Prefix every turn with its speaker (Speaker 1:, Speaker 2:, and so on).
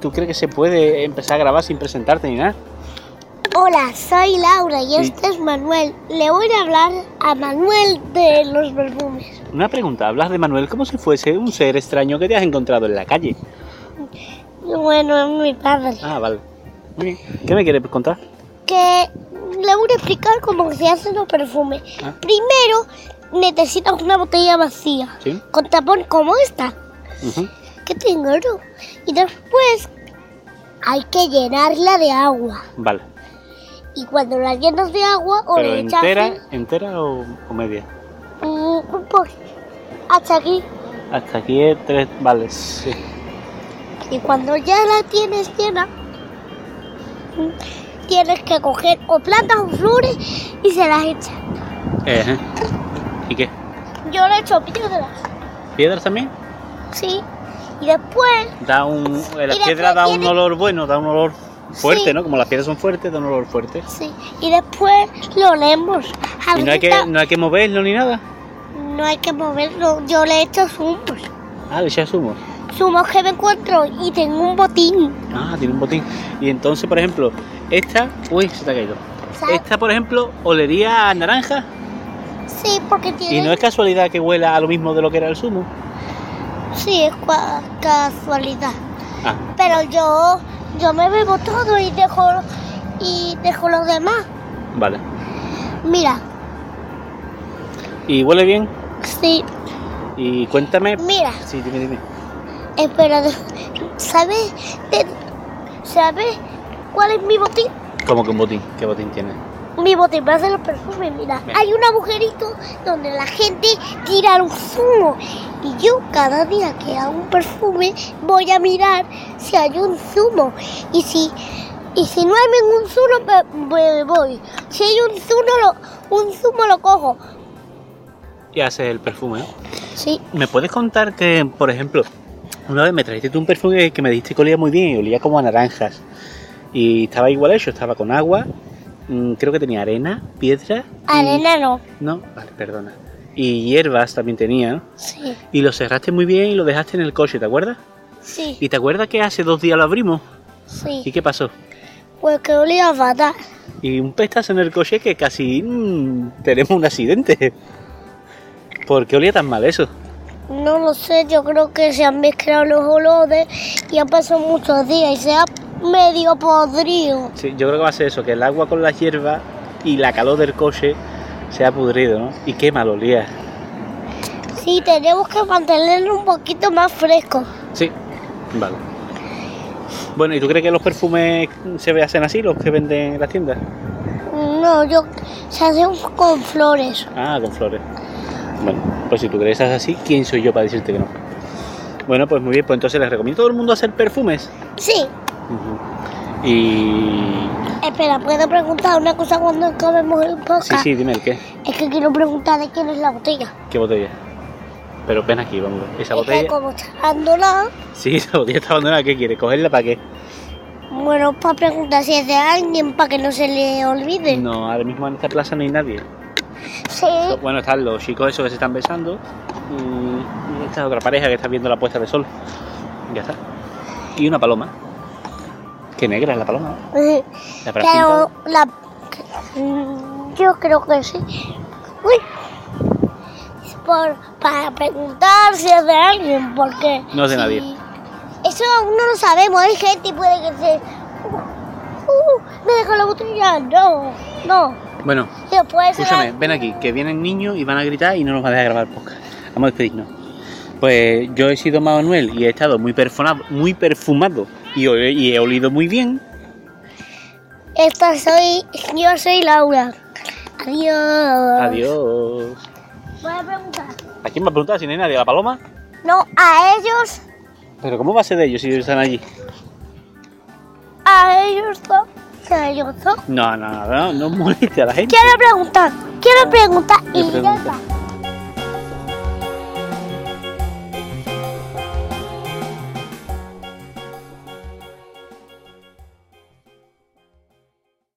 Speaker 1: ¿Tú crees que se puede empezar a grabar sin presentarte ni nada?
Speaker 2: Hola, soy Laura y
Speaker 1: Sí.
Speaker 2: este es Manuel. Le voy a hablar a Manuel de los perfumes.
Speaker 1: Una pregunta, hablas de Manuel como si fuese un ser extraño que te has encontrado en la calle.
Speaker 2: Y Bueno, es mi padre.
Speaker 1: Ah, vale. Muy bien. ¿Qué me quieres contar?
Speaker 2: Que le voy a explicar cómo se hacen los perfumes.
Speaker 1: Ah.
Speaker 2: Primero, necesitas una botella vacía.
Speaker 1: Sí.
Speaker 2: Con tapón como esta,
Speaker 1: Ujú.
Speaker 2: que tengo yo. Y después, hay que llenarla de agua.
Speaker 1: Vale.
Speaker 2: Y cuando la llenas de agua, o
Speaker 1: ¿Pero
Speaker 2: le echas
Speaker 1: entera, entera o, o media?
Speaker 2: mm, un poco hasta aquí.
Speaker 1: Hasta aquí es tres... Vale, sí.
Speaker 2: Y cuando ya la tienes llena, mm, tienes que coger o plantas o flores y se las echas.
Speaker 1: Ejé. Eh, ¿Y qué?
Speaker 2: Yo le echo piedras,
Speaker 1: ¿Piedras también?
Speaker 2: sí. Y después,
Speaker 1: Da un... La
Speaker 2: después
Speaker 1: piedra da un
Speaker 2: tiene-
Speaker 1: olor bueno, da un olor fuerte,
Speaker 2: Sí.
Speaker 1: ¿no? Como las piedras son fuertes, da un olor fuerte.
Speaker 2: sí. Y después lo leemos. A
Speaker 1: Y no hay
Speaker 2: veces
Speaker 1: que,
Speaker 2: ta-
Speaker 1: no hay que moverlo ni nada.
Speaker 2: no hay que moverlo. Yo le echo zumos.
Speaker 1: Ah, le echas humo.
Speaker 2: Zumos que me encuentro y tengo un botín.
Speaker 1: Ah, tiene un botín. Y entonces, por ejemplo, esta, uy, se te ha caído.
Speaker 2: ¿sabes?
Speaker 1: Esta, por ejemplo, olería a naranja.
Speaker 2: Sí, porque tiene.
Speaker 1: Y no es casualidad que huela a lo mismo de lo que era el zumo.
Speaker 2: Sí, es cua- casualidad.
Speaker 1: Ah,
Speaker 2: Pero yo, yo me bebo todo y dejo, y dejo los demás.
Speaker 1: vale.
Speaker 2: Mira,
Speaker 1: ¿Y huele bien?
Speaker 2: sí,
Speaker 1: Y cuéntame.
Speaker 2: mira,
Speaker 1: Sí, dime, dime.
Speaker 2: espera, ¿sabes? de- ¿Sabes cuál es mi botín?
Speaker 1: ¿Cómo que un botín? ¿Qué botín tiene?
Speaker 2: Mi botín va a ser los perfumes, mira.
Speaker 1: Ven.
Speaker 2: Hay un agujerito donde la gente tira los zumos. Y yo cada día que hago un perfume voy a mirar si hay un zumo. Y si, y si no hay ningún zumo, me- me voy. Si hay un zumo, lo, un zumo lo cojo.
Speaker 1: Y haces el perfume, ¿no?
Speaker 2: Sí,
Speaker 1: ¿Me puedes contar que, por ejemplo, una vez me trajiste tú un perfume que me dijiste que olía muy bien y olía como a naranjas? Y estaba igual hecho, estaba con agua, mm, creo que tenía arena, piedra. y-
Speaker 2: arena no.
Speaker 1: No, vale, perdona. Y hierbas también tenía, ¿no?
Speaker 2: Sí,
Speaker 1: Y lo cerraste muy bien y lo dejaste en el coche, ¿te acuerdas?
Speaker 2: sí,
Speaker 1: ¿Y te acuerdas que hace dos días lo abrimos?
Speaker 2: sí.
Speaker 1: ¿Y qué pasó?
Speaker 2: Pues que olía fatal.
Speaker 1: Y un pestazo en el coche que casi mm, tenemos un accidente. ¿Por qué olía tan mal eso?
Speaker 2: No lo sé, yo creo que se han mezclado los olores y han pasado muchos días y se ha medio podrido.
Speaker 1: Sí, yo creo que va a ser eso, que el agua con las hierbas y la calor del coche se ha pudrido, ¿no? Y qué mal olía.
Speaker 2: Sí, tenemos que mantenerlo un poquito más fresco.
Speaker 1: Sí, vale. Bueno, ¿y tú crees que los perfumes se hacen así, los que venden en las tiendas?
Speaker 2: No, yo se hace un- con flores.
Speaker 1: Ah, con flores. Bueno, pues si tú crees que es así, ¿quién soy yo para decirte que no? Bueno, pues muy bien, pues entonces les recomiendo a todo el mundo hacer perfumes.
Speaker 2: Sí,
Speaker 1: Y...
Speaker 2: espera, ¿puedo preguntar una cosa cuando acabemos el podcast?
Speaker 1: Sí, sí, dime el qué.
Speaker 2: Es que quiero preguntar de quién es la botella.
Speaker 1: ¿Qué botella? Pero ven aquí, vamos. Esa
Speaker 2: Es que
Speaker 1: botella...
Speaker 2: como está abandonada,
Speaker 1: Sí, esa botella está abandonada. ¿Qué quieres? ¿Cogerla para qué?
Speaker 2: bueno, para preguntar si es de alguien, para que no se le olvide.
Speaker 1: No, ahora mismo en esta plaza no hay nadie.
Speaker 2: Sí,
Speaker 1: Bueno, están los chicos esos que se están besando. Y esta otra pareja que está viendo la puesta de sol. Ya está. Y una paloma. Qué negra es la paloma. ¿no? La habrás
Speaker 2: pero
Speaker 1: pintado.
Speaker 2: la... mm, Yo creo que sí. Uy. Es por, para preguntar si es de alguien, porque...
Speaker 1: No es de
Speaker 2: si-
Speaker 1: nadie.
Speaker 2: Eso aún no lo sabemos, hay gente y puede que se... Uh, uh, me dejó la botella, no, no.
Speaker 1: Bueno,
Speaker 2: Después será-
Speaker 1: Escúchame, ven aquí, que vienen niños y van a gritar y no nos van a dejar grabar podcast. Vamos a despedirnos. Pues yo he sido Manuel y he estado muy perfumado, muy perfumado y, ol- y he olido muy bien.
Speaker 2: Esta soy... Yo soy Laura. Adiós.
Speaker 1: Adiós.
Speaker 2: Voy a preguntar.
Speaker 1: ¿A quién me a preguntar si no hay nadie? ¿A la paloma?
Speaker 2: No, a ellos,
Speaker 1: Pero ¿cómo va a ser de ellos si ellos están allí?
Speaker 2: a ellos dos, a ellos dos.
Speaker 1: No, no, no, no, no moleste a la gente.
Speaker 2: Quiero preguntar, quiero preguntar y
Speaker 1: ¿Qué pregunta?
Speaker 2: ya está.